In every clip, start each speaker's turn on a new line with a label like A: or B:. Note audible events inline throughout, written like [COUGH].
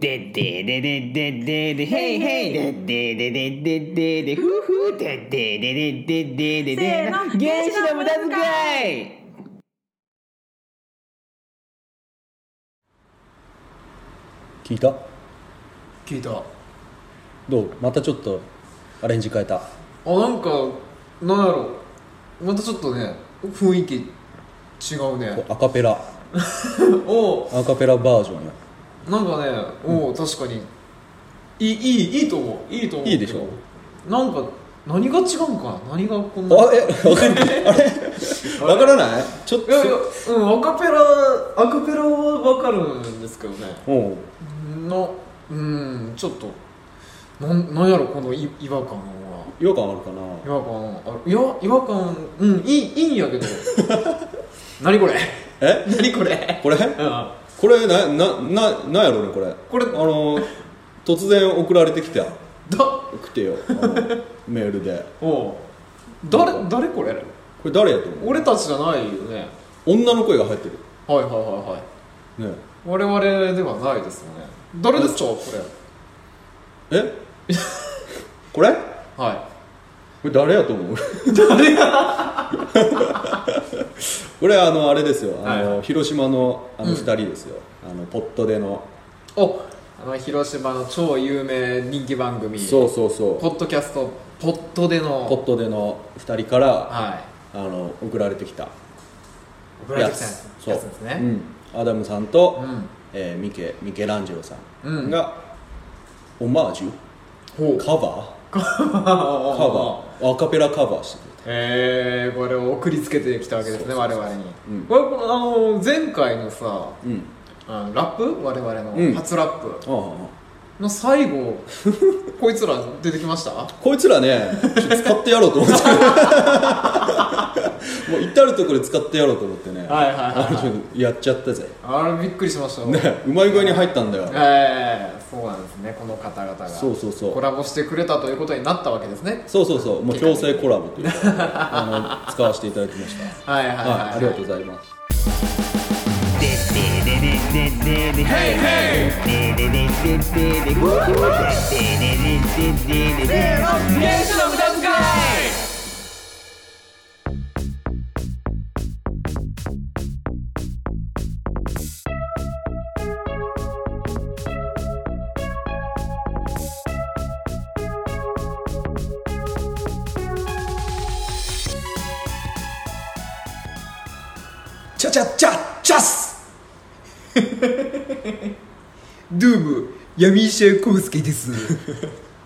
A: でででででででへいへいでででででででふうふうででででででで
B: せー
A: で
B: の
A: 原始の無駄遣い
C: 聞いた
D: 聞いたあ
C: どうまたちょっとアレンジ変えた
D: なんかなんやろまたちょっとね雰囲気違うね
C: アカペラ
D: お
C: アカペラバージョンや
D: なんかねおう確かにいいいいいいと思ういいと思うい
C: いいでしょ
D: なんか何が違うんかな何がこんな
C: あえわ [LAUGHS] かんないあれわからないちょっ
D: いやいや
C: と
D: うんアカペラアカペラは分かるんですけどね
C: おう
D: のうんちょっとなんなんやろこのい違和感は
C: 違和感あるかな
D: 違和感あるいや違和感うんいいいいんや
C: [LAUGHS]
D: けど何これ
C: え
D: 何これ
C: これ
D: うん
C: これななななんやろねこれ
D: これ
C: あの突然送られてきた
D: だ
C: 来てよあ [LAUGHS] のメールで
D: おう誰誰これ
C: これ誰やと思う
D: 俺たちじゃないよね
C: 女の声が入ってる
D: はいはいはいはい
C: ね
D: 我々ではないですよね誰ですかこ
C: え [LAUGHS] これこ
D: れは
C: れ誰やと思う
D: い誰が
C: これあのあれですよあの、
D: は
C: 広島のあの
D: うん
C: 二人ですよ、あのポットでの
D: [LAUGHS] おあの広島の超有名人気番組
C: そうそうそう
D: ポッドキャストポッドで
C: ポ
D: の
C: ットでの二人から
D: は
C: あの送られてきた
D: い送られてきたやつ
C: そう
D: やつです
C: う
D: ね
C: ん、アダムさんと、
D: うん
C: えーミケミケランジェロさ
D: うん
C: んが、オマージュ
D: ほう
C: カバーカ
D: カ
C: バーアカペラカバーしてくれた
D: えー、これを送りつけてきたわけですね我々に、
C: うん
D: これこのあの前回のさ
C: うん
D: あのラップ我々
C: うん
D: の初ラップ
C: ああ
D: の最後、 [LAUGHS] こいつら出てきました
C: こいつらねちょっと使ってやろうと
D: [LAUGHS]
C: 思ってもう至る所で使ってやろうと思ってね、
D: はいはいはいはい
C: あのちょっとやっちゃったぜ、
D: あれびっくりしましたよ
C: ね、うまい具合に入ったんだよ、
D: ええそうなんですねこの方々が
C: そうそうそう
D: コラボしてくれたということになったわけですね
C: そうそうそうもう強制コラボというかあの使わせていただきました
D: [LAUGHS] はいはいはい、
C: はい、ありがとうございますチャチャチャチャス
D: ドゥーム闇医者コウスケです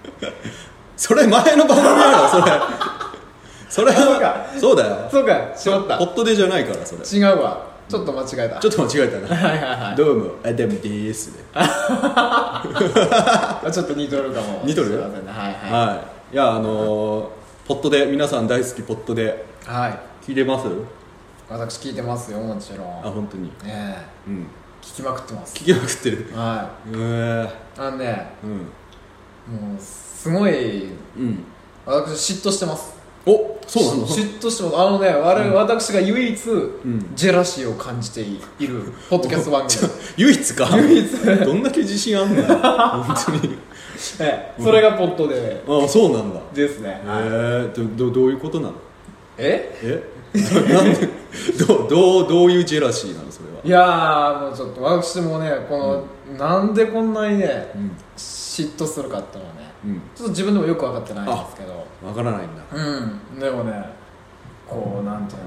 D: [LAUGHS]
C: それ前の番組やろそれそれ
D: [LAUGHS] そうか
C: はそうだよ
D: そうかしまった
C: ホットデじゃないからそれち
D: 違うわちょっと間違え
C: ょ
D: た
C: っと間違えたな
D: はいはいはい
C: どうもアダムですね
D: あちょっと似とるかも
C: 似とる
D: すいませんねはいは
C: はいいやあのーポットで皆さん大好きポットで
D: いはい
C: 聞いてます
D: 私聞いてますよもちろ
C: あ
D: ん
C: 本当に
D: ええ
C: うん
D: 聞きまくってます
C: 聞きまくってる
D: は
C: うえ
D: いあのね
C: うん
D: もうすごい
C: うん
D: 私嫉妬してます
C: おそうなの
D: し嫉妬してますあのね我々私が唯一、
C: ん
D: ジェラシーを感じているポッドキャスト番組
C: 唯一か
D: 唯一
C: どんだけ自信あんのよ本当に
D: ええそれがポッドで
C: あそうなんだ
D: ですね
C: えー、どどどういうことなの
D: え
C: え [LAUGHS] なんでどどうどういうジェラシーなのそれはい
D: やーもうちょっと私もねこの、なんでこんなにね
C: うん
D: 嫉妬するかっていうのはね
C: うん
D: ちょっと自分でもよく分かってないんですけど
C: わからないんだ
D: うんでもねこうなんていうの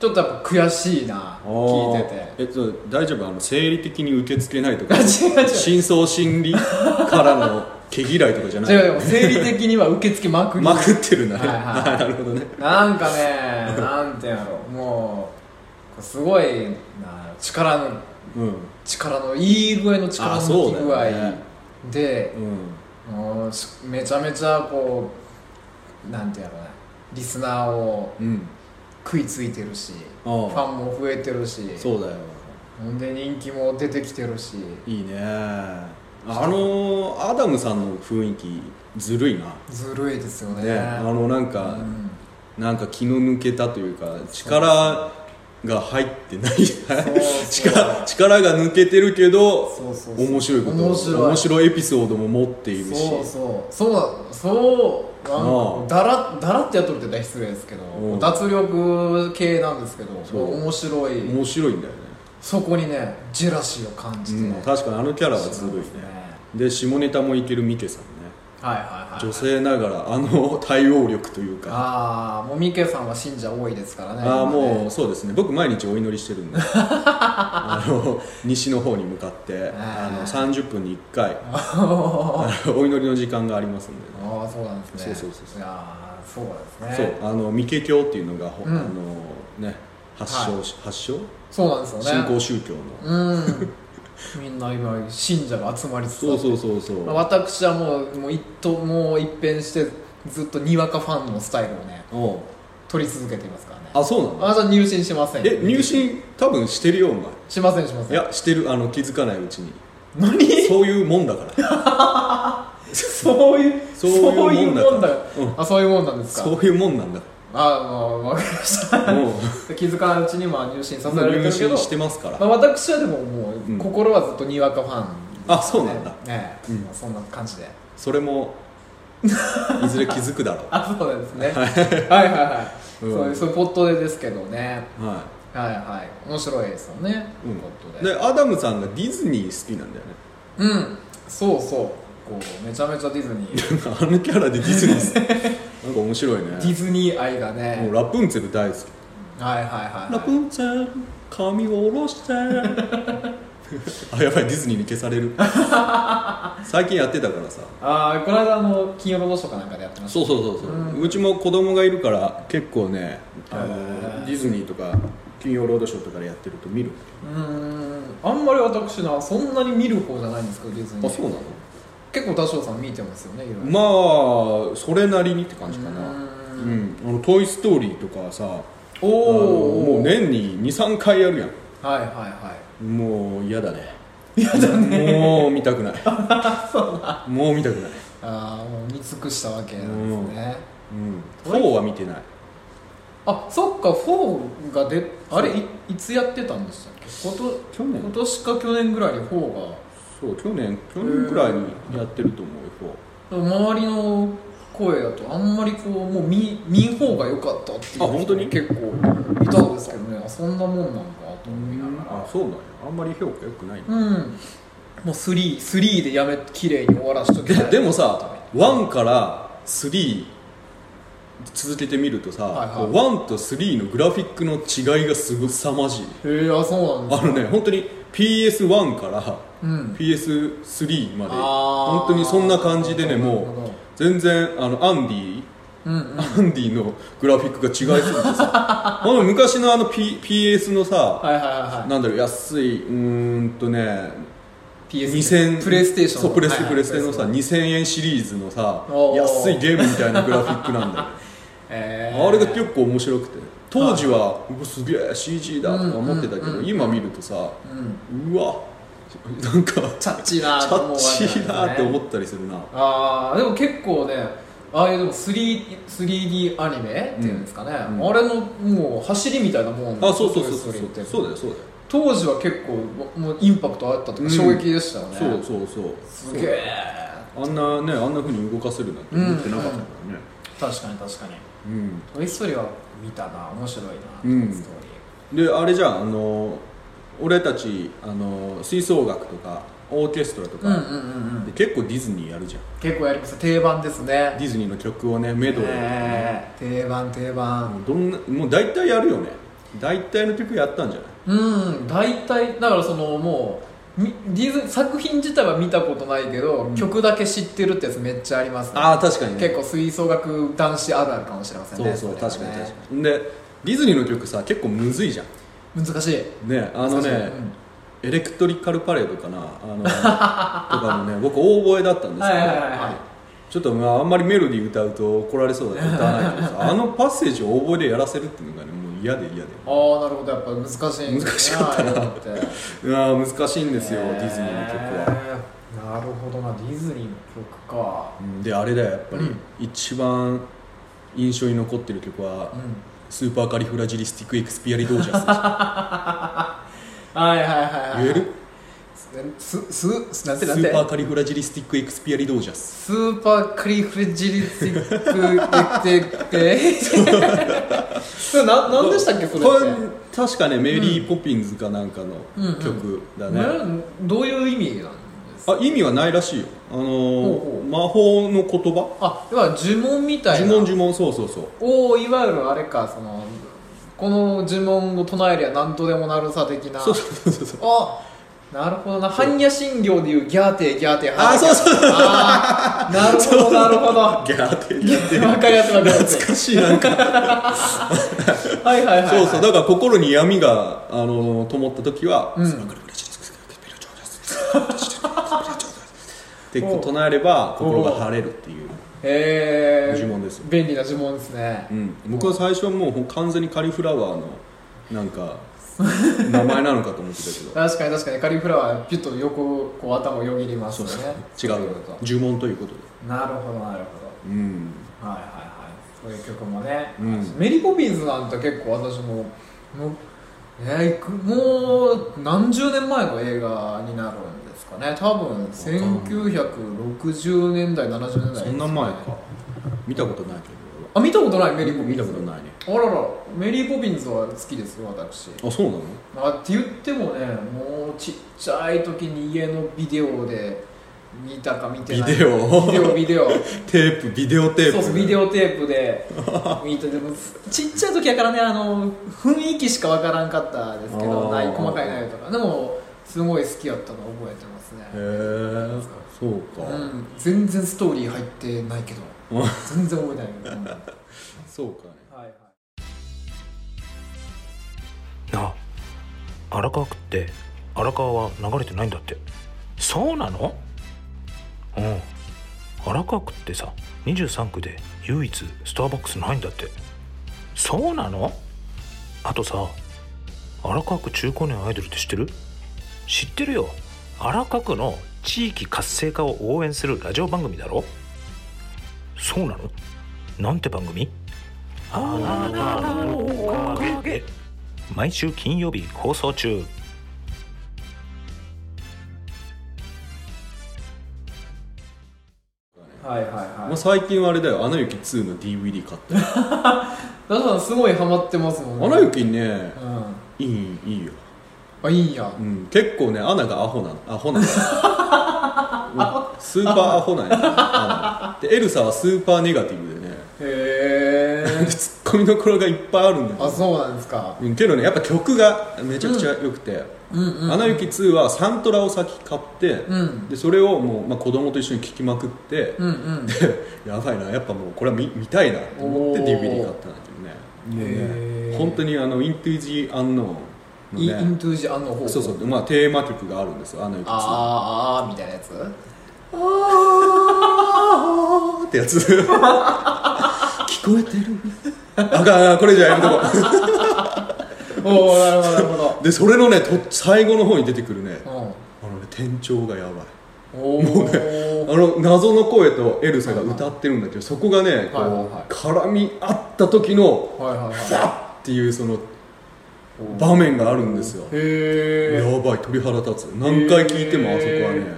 D: ちょっとやっぱ悔しいな聞いてて
C: あーえっと大丈夫あの生理的に受け付けないとか
D: あ違う違う
C: 深層心理からの毛嫌いとかじゃな
D: 違う
C: い
D: でも生理的には受け付けまくり
C: まくってるな、
D: はいはい
C: あーなるほどね
D: なんかねなんていうんやろもうすごいな力
C: う
D: の
C: んうん
D: 力のいい具合の力の抜き具合
C: あそうだよね
D: で、もうしめちゃめちゃこうなんていうんやろねリスナーを
C: うん
D: 食いついてるし
C: あ
D: フ
C: ー
D: ァンも増えてるし
C: そうだよ
D: ほんで人気も出てきてるし
C: いいねあのーアダムさんの雰囲気ずるいな
D: ずるいですよね
C: ねあのなんか、
D: うん
C: なんか気の抜けたというか力が入ってない
D: そう
C: [LAUGHS] 力力が抜けてるけど
D: そうそうそう
C: 面白いこと
D: 面白い
C: エピソードも持っているし
D: そうそうそうそうなんかこうだらだらってやっとるって言ったら失礼ですけど
C: うん
D: 脱力系なんですけど
C: そう
D: 面白い
C: 面白いんだよね、
D: そこにねジェラシーを感じて、
C: うん、確かにあのキャラはずるいねで下ネタもいけるミケさんね
D: はいはいはい
C: 女性ながらあの対応力というか
D: ああもうミケさんは信者多いですからね
C: ああ
D: 今ね
C: もうそうですね僕毎日お祈りしてる
D: [LAUGHS]
C: んであの西の方に向かってあの30分に1回
D: [LAUGHS]
C: あのお祈りの時間がありますんでね
D: ああそうなんですね
C: そうそうそうそう
D: いやーそうなんで
C: そ
D: す
C: う
D: ね
C: あの三毛教っていうのが、ほ
D: うん
C: あのね発祥、発祥
D: そうなんですよね
C: 新興宗教の、 [LAUGHS]
D: うんみんな今信者が集まりつつ
C: そうそう
D: う
C: そうそう、
D: 私はもうもう一ともう一変してずっとにわかファンのスタイルをね
C: おう
D: 取り続けていますからね
C: あそうなの
D: 私は入信しません
C: え入信多分してるよお前
D: しませんしません
C: いやしてるあの気づかないうちに [LAUGHS]
D: 何
C: そういうもんだから
D: そういう
C: そういうもんだから
D: そういうもんだ
C: うん
D: あそういうもんなんですか
C: そういうもん
D: [LAUGHS]
C: なんだか
D: あもうわかりました [LAUGHS]
C: らもう
D: 気づかないうちにまあ入信させられて
C: 入
D: るけど
C: 信してますか
D: まあ、
C: ら
D: 私はでもも
C: うん
D: う心はずっとにわかファン、
C: あそうなんだ
D: ねねえ
C: うん
D: まあそんな感じで
C: それもいずれ気づくだろ
D: あそうなんですねはいはい
C: う
D: はい、
C: ん
D: そういうそういうポットでですけどね
C: [LAUGHS] うは
D: はいはい面白いですよね、
C: うん
D: ポッ
C: い
D: トで
C: でアダムさんがディズニー好きなんだよね [LAUGHS]
D: うんそうそうこうめちゃめちゃディズニー
C: あのキャラでディズニー [LAUGHS] 好きなんか面白いね
D: ディズニー愛が
C: も
D: ね
C: うラプンツェル大好き
D: はいはいはい、
C: ラプ
D: はい、
C: ンツェル髪を下ろして [LAUGHS] あやばいディズニーに消され [LAUGHS] る最近やってたからさ
D: ああこの間あの金曜ロードショーかなんかでやってました
C: そうそうそうそう、うちも子供がいるから結構ねあの
D: へー
C: ディズニーとか金曜ロードショーとかでやってると見る
D: うーんあんまり私なそんなに見る方じゃないんですけどディズニー
C: あそうなの
D: 結構田代さん見てますよねいろいろ
C: まあそれなりにって感じかな
D: う
C: う
D: ーん
C: ん、あのトイ・ストーリーとかさあ
D: お
C: の
D: お
C: もう年に23回やるや
D: はいはいはい
C: んもう嫌だね嫌だねもう見たくない [LAUGHS] もう見たくない
D: ああもう見尽くしたわけなんですね、
C: うん、4は見てない
D: あそっか4がであれいいつやってたんでしたっけこと
C: 去年
D: 今年か去年ぐらいに4が
C: そう去年去年くらいにやってると思うよ
D: 周りの声だとあんまりこうもう見見ん方が良かったっていう人
C: あ本当に
D: 結構いたんですけどねあそんなもんなんかと思いながら
C: あそうなんやあんまり評価良くないね
D: うんもう3 3でやめ綺麗に終わらしとけ
C: ででもさ1から3続けてみるとさ、
D: はいはい
C: こう1と3のグラフィックの違いがすごい凄まじい
D: へえあそうなんで
C: あ
D: す
C: のね本当に PS1 から
D: うん
C: PS3 まで
D: あー
C: 本当にそんな感じでね
D: なるほど
C: もう全然あのアンディ
D: うんうん
C: アンディのグラフィックが違いすぎて
D: [LAUGHS]
C: さあの昔のあの、P、PS のさ、
D: はいはいはいは
C: なんだろう安いうーんとね
D: い PS
C: 2000
D: プレイステーション
C: そうプレス
D: はいはい
C: プレステのさ
D: プレステ
C: 2000円シリーズのさ
D: おー
C: 安いゲームみたいなグラフィックなんだよ
D: えー
C: あれが結構面白くて当時はうわすげえ CG だとか思ってたけ
D: うんうん
C: ど
D: うん
C: 今見るとさ
D: うん
C: うわ [LAUGHS] なんかチ
D: チャッチーな
C: ャ
D: と思
C: ッ
D: うわけ
C: チ
D: なんですね
C: ーだって思ったりするな
D: ああでも結構ねああいうでも 3- 3D アニメっていうんですかね、
C: うん
D: あれのもう走りみたいなもん
C: あそうそうそうそう
D: ストーリーって
C: そうだよそうだよ
D: 当時は結構ももうインパクトあったと
C: う
D: か
C: ん
D: 衝撃でしたよね、
C: そうそうそう
D: すげえ
C: あんなねあんなふうに動かせるなんて思ってなかったからね
D: 確かに確かに
C: うん
D: トイ・ストーリーは見たな面白いな、
C: うん
D: トイ・ストーリ
C: であれじゃんあの俺たちあの吹奏楽とかオーケストラとか、
D: ーうんうんうんうん
C: で結構ディズニーやるじゃん
D: 結構やります定番ですね
C: ディズニーの曲をねメドレーとかね、
D: ねえ定番定番
C: もうどんなもう大体やるよね大体の曲やったんじゃない
D: うん大体だからそのもうみディズ作品自体は見たことないけど、
C: うん
D: 曲だけ知ってるってやつめっちゃありますね
C: ああ確かにね
D: 結構吹奏楽男子あるあるかもしれません
C: そう
D: ね
C: そう
D: れは
C: 確かに
D: ね
C: 確かにでディズニーの曲さ結構むずいじゃん
D: 難しい
C: ねあの
D: 難しい
C: ね
D: うん
C: エレクトリカルパレードかなあのとか
D: [LAUGHS]
C: もね僕大声だったんです
D: は
C: け
D: い
C: ど
D: はいはいはい
C: ちょっとまああんまりメロディー歌うと怒られそうだから歌わないけどさあのパッセージを大声でやらせるっていうのがねもう嫌で嫌で
D: ああなるほどやっぱ難しいんですね
C: 難しかったな
D: ああいうのって
C: うわー難しいんですよ、
D: ねえ
C: ディズニーの曲は、
D: なるほどなディズニーの曲か
C: うんであれだよやっぱり、
D: うん
C: 一番印象に残ってる曲は、
D: うん
C: スーパーカリフラジリスティックエクスピアリドージャスでしょ
D: [LAUGHS] はいはいはいはい
C: 言える
D: すすすなん
C: ス
D: てなんて
C: ーパーカリフラジリスティックエクスピアリドージャス
D: スーパーカリフレジリスティック
C: [LAUGHS]
D: ってななんでしたっけそれ
C: これ
D: って
C: 確かねメリー・ポピンズかなんかの
D: うんうん
C: 曲だね、
D: などういう意味なんですか
C: あ意味はないらしいよあのー
D: ほうほう
C: 魔法の言葉
D: あ要は呪文みたいな
C: 呪文呪文そうそうそう
D: おおいわゆるあれかそのこの呪文を唱えりゃ何とでもなるさ的な
C: そうそうそうそう
D: あなるほどな般若心経でいうギャーテーギャーテー
C: あそうそう
D: あーなるほどなるほどわ
C: ギャーってやってる
D: かりやすいわかりやすい
C: 懐かしいなんか
D: はいはいはい、はい、
C: そうそうだから心に闇があの灯った時は
D: うん
C: スパークルブラジルスクスクスクペルチョージャススパークルブラジルスクスクペルチョージャスってこう唱えれば心が晴れるっていう
D: えー、
C: 呪文ですよ
D: 便利な呪文ですね
C: うん僕は最初もう完全にカリフラワーのなんか名前なのかと思ってたけど
D: 確かに確かにカリフラワーピュッと横こう頭をよぎりますよね
C: 違うよ呪文ということで
D: なるほどなるほど
C: うん
D: はいはいはいそういう曲もね、
C: うん
D: メリーポピンズなんて結構私ももう,、えーいくもう何十年前の映画になるんですかね多分1960年代70年代ですね
C: そんな前か見たことないけど俺は
D: あ見たことないメリーポピンズ
C: 見たことないね
D: あららメリーポピンズは好きですよ私
C: あそうなの
D: あって言ってもねもうちっちゃい時に家のビデオで見たか見てない
C: ビデオ
D: ビデオビデオ
C: テープビデオテープ
D: そうそうビデオテープで見てでもちっちゃい時やからねあの雰囲気しかわからんかったですけど
C: あ
D: ない
C: ー
D: 細かい内容とかでもすごい好きやったの覚えてます
C: へ
D: ね、
C: えそうか、
D: うん、全然ストーリー入ってないけど全然覚えてない、うんはい
C: そうかね
D: はい、
B: なあ荒川区って荒川は流れてないんだってそうなのうん荒川区ってさ23区で唯一スターバックスないんだってそうなのあとさ荒川区中高年アイドルって知ってる知ってるよ荒川区の地域活性化を応援するラジオ番組だろそうなのなんて番組あなたのおかげ毎週金曜日放送中
D: はいはいはい
C: まあ、最近はあれだよ「アナ雪2」の DVD 買ったよ
D: ダダさんすごいハマってますもん
C: アナ雪ね
D: うん
C: いいいいよ、
D: あいいんや
C: うん、結構ねアナがアホなのアホな
D: [LAUGHS]
C: のうんスーパーアホなんやアナでエルサはスーパーネガティブでね
D: へえ
C: ツッコミどころがいっぱいあるんだ
D: [LAUGHS] あ
C: よ
D: そうなんですか
C: うんけどねやっぱ曲がめちゃくちゃ良くて
D: う
C: 「
D: ん
C: アナ雪2」はサントラを先買って、
D: うん
C: でそれをもう、まあ、子供と一緒に聴きまくって、
D: うんうんへ
C: やばいなやっぱもうこれは見見たいなと思って
D: おー
C: DVD 買ったんだけどねもう
D: へ
C: ね
D: ー
C: 本当にあの「イントゥージー・アンノーン」
D: イ
C: の
D: ン
C: ね
D: トゥージアンの方
C: そうそうまあテーマ曲があるんですよ「アナ雪2」
D: あーあーみたいなやつ
C: ってやつ聞こえてるあかんあかんこれじゃやめとこ
D: [LAUGHS] おおなるほどなるほど
C: うでそれのねと最後の方に出てくるね
D: うん
C: あのね店長がやばい
D: おお
C: あの謎の声とエルサが歌ってるんだけどそこがねこ
D: はいはいう
C: 絡み合った時の
D: はいはい
C: フ
D: は
C: ァッっていうその場面があるんですよ
D: いへえ
C: やばい鳥肌立つ何回聴いてもあそこはね
D: へ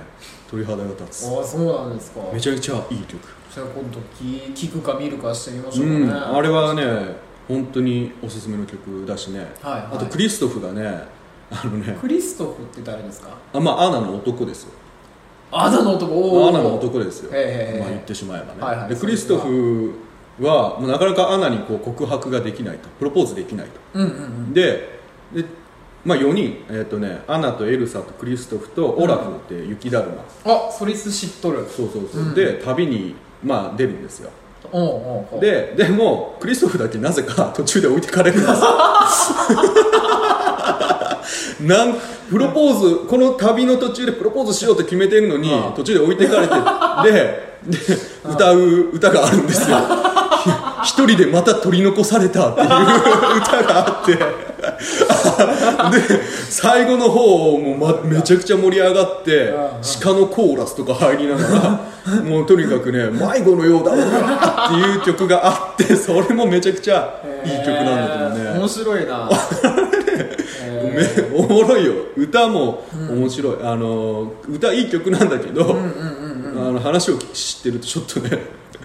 C: 鳥肌が立つ
D: ああそうなんですか
C: め
D: じ
C: ちゃくちゃいい曲
D: ゃあ今度聞聞くか見るかしてみましょう
C: う
D: かね
C: んあれはね本当におすすめの曲だしね
D: はいはい
C: あとクリストフがねあのね
D: クリストフって誰ですか
C: あまあアナの男ですよ
D: アナの男おー
C: アナの男ですよまあ
D: へーへーへー
C: 言ってしまえばね
D: はいはい
C: でクリストフはもうなかなかアナにこう告白ができないとプロポーズできないと
D: うんうん
C: ででまあ4人えっとねアナとエルサとクリストフとオラフっていう雪だるま
D: あそいつ知っとる
C: そうそうそう、
D: うん
C: で旅にまあ出るんですよ
D: おんおん
C: ででもクリストフだけなぜか途中で置いてかれるんですよなんプロポーズこの旅の途中でプロポーズしようと決めてるのに
D: ああ
C: 途中で置いてかれてでで歌う歌があるんですよひ一人でまた取り残されたっていう歌があ [LAUGHS] ってで最後の方もう、ま、めちゃくちゃ盛り上がって鹿のコーラスとか入りながらもうとにかく [LAUGHS] ね「迷子のようだうわ」っていう曲があってそれもめちゃくちゃいい曲なんだけどね、
D: えー面白い
C: [LAUGHS]
D: なえ
C: めおもろいよ歌も面白い、あの歌いい曲なんだけど、あの話を知ってるとちょっとね、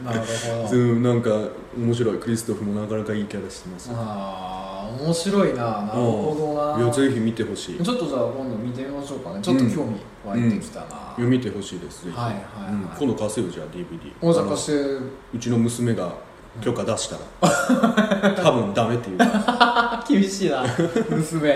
D: ーなるほ
C: う
D: ど
C: ん、なんか面白いクリストフもなかなかいいキャラしてます
D: ああ面白いななるほ
C: うんいや
D: どな
C: ぜひ見てほしいい
D: ちょっとじゃあ今度見てみましょうかねちょっと興味湧いてきたな、
C: や見てほしいですぜひ、
D: はいはいはい
C: うん今度貸せよじゃあ DVD
D: 大
C: あの
D: 阪して
C: うちの娘が許可出したら多分ダメっていうから
D: あ厳しい
C: [LAUGHS]
D: な娘そうか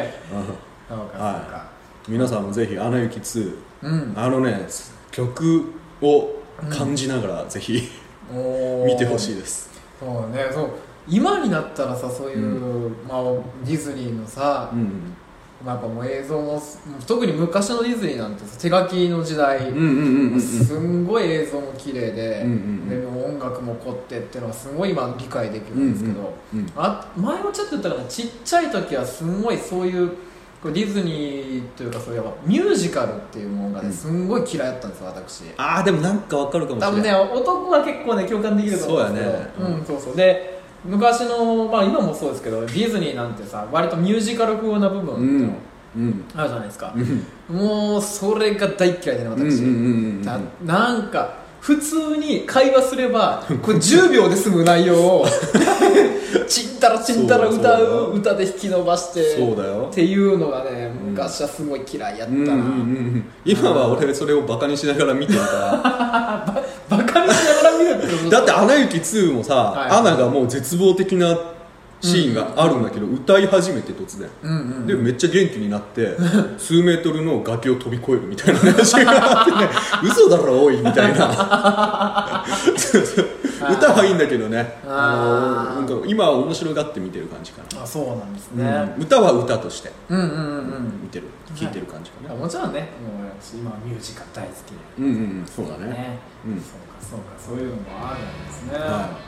D: そうか、
C: 皆さんもぜひ「アナ雪2」
D: うん
C: あのね曲を感じながらぜひ
D: おー
C: 見てほしいです
D: そうねそう今になったらさそういう、まあ、ディズニーのさ、
C: うん
D: まあ、やっぱもう映像も特に昔のディズニーなんてさ手書きの時代、
C: うんうんうんうん
D: すんごい映像も綺麗で、
C: うんうん
D: でも音楽も凝ってっていうのはすごい今理解できるんですけど、
C: うんうんうん
D: あ前もちょっと言ったかなちっちゃい時はすんごいそういうこうディズニーというかそういえばミュージカルっていうものがねすんごい嫌いだったんですよ私
C: ああでもなんかわかるかもし
D: 多
C: れ
D: 分
C: ない
D: ね男は結構ね共感できると思うんで
C: そう
D: すけど
C: やね
D: う
C: うん
D: ん、そうそうで昔のまあ今もそうですけどディズニーなんてさ割とミュージカル風な部
C: う
D: 分っ
C: ん
D: て
C: うん
D: あるじゃないですか
C: う、ん
D: もうそれが大嫌いでね
C: うん
D: 私、
C: うんうんうん
D: ななんか普通に会話すればこれ10秒で済む内容
C: [LAUGHS]
D: をちんたらちんたら歌
C: そうだそう
D: う歌で引き伸ばして
C: そうだよ
D: っていうのがね昔はすごい嫌いやった
C: うんうんう
D: な、
C: んうん今は俺それをバカにしながら見てるか
D: バカにしながら見るってこと
C: らだって「アナ雪2」もさ、
D: はい
C: アナがもう絶望的なシーンがあるんだけど、歌い始めて突然、
D: うんうん
C: でめっちゃ元気になって
D: [LAUGHS]
C: 数メートルの崖を飛び越えるみたいな話があって
D: [LAUGHS]
C: ね嘘だろおいみたいなそうそう歌はいいんだけどねあ
D: あー
C: のなんか今は面白がって見てる感じか
D: あそうなんですね、
C: な、うん歌は歌として
D: うん、うんうんうん
C: 見てる聞いてる感じかな、
D: もちろんねもう私今はミュージカル大好きで
C: うんうんうんそうだね
D: ね、
C: うん
D: そうかそうかそういうのもあるんですね、
C: はい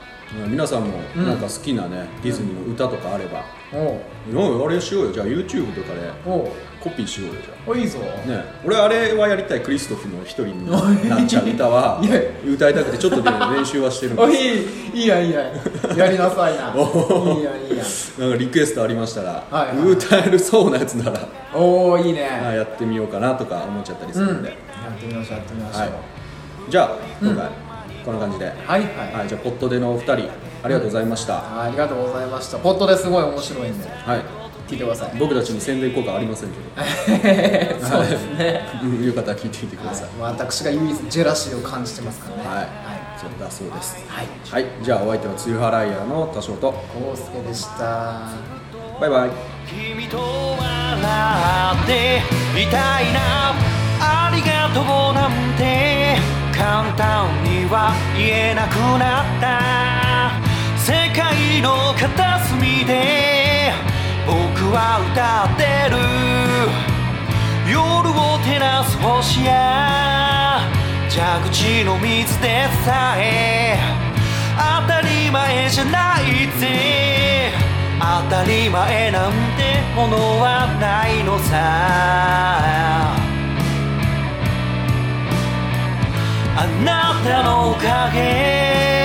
C: 皆さんもなんか好きなね、ディズニーの歌とかあれば、うんあれしようよじゃあ YouTube とかで
D: おうおう
C: コピーしようよじゃ
D: おいいぞ、
C: あね俺あれはやりたいクリストフの一人になっちゃう歌は
D: [LAUGHS] いや
C: 歌いたくてちょっとでも練習はしてるん
D: [LAUGHS] おい
C: で
D: いいいやいいややりなさいな
C: お
D: いいやいいや
C: すなんかリクエストありましたら、
D: はいはい
C: 歌えるそうなやつなら、
D: おおいいね、
C: あやってみようかなとか思っちゃったりす
D: うん
C: るんで、
D: やってみましょうやってみましょう
C: はいじゃあ今回こんな感じで、
D: はいはい、
C: はい、じゃあポットでのお二人ありがとうございました、
D: あありがとうございましたポットですごい面白いんで
C: はい
D: 聞いてください
C: 僕たちに宣伝効果ありませんけど
D: そうですね、
C: [LAUGHS] うんよかったら聞いてみてください。
D: はい、私が唯一ジェラシーを感じてますからね
C: はい、
D: はい
C: そうだそうです。
D: はい、
C: はい、じゃあお相手はツーハライヤーの多少と、
D: コウスケでした。
C: バイバイ。
E: 君と笑っていたいなありがとうなんて簡単には言えなくなった世界の片隅で僕は歌ってる夜を照らす星や蛇口の水でさえ当たり前じゃないぜ当たり前なんてものはないのさあなたのおかげ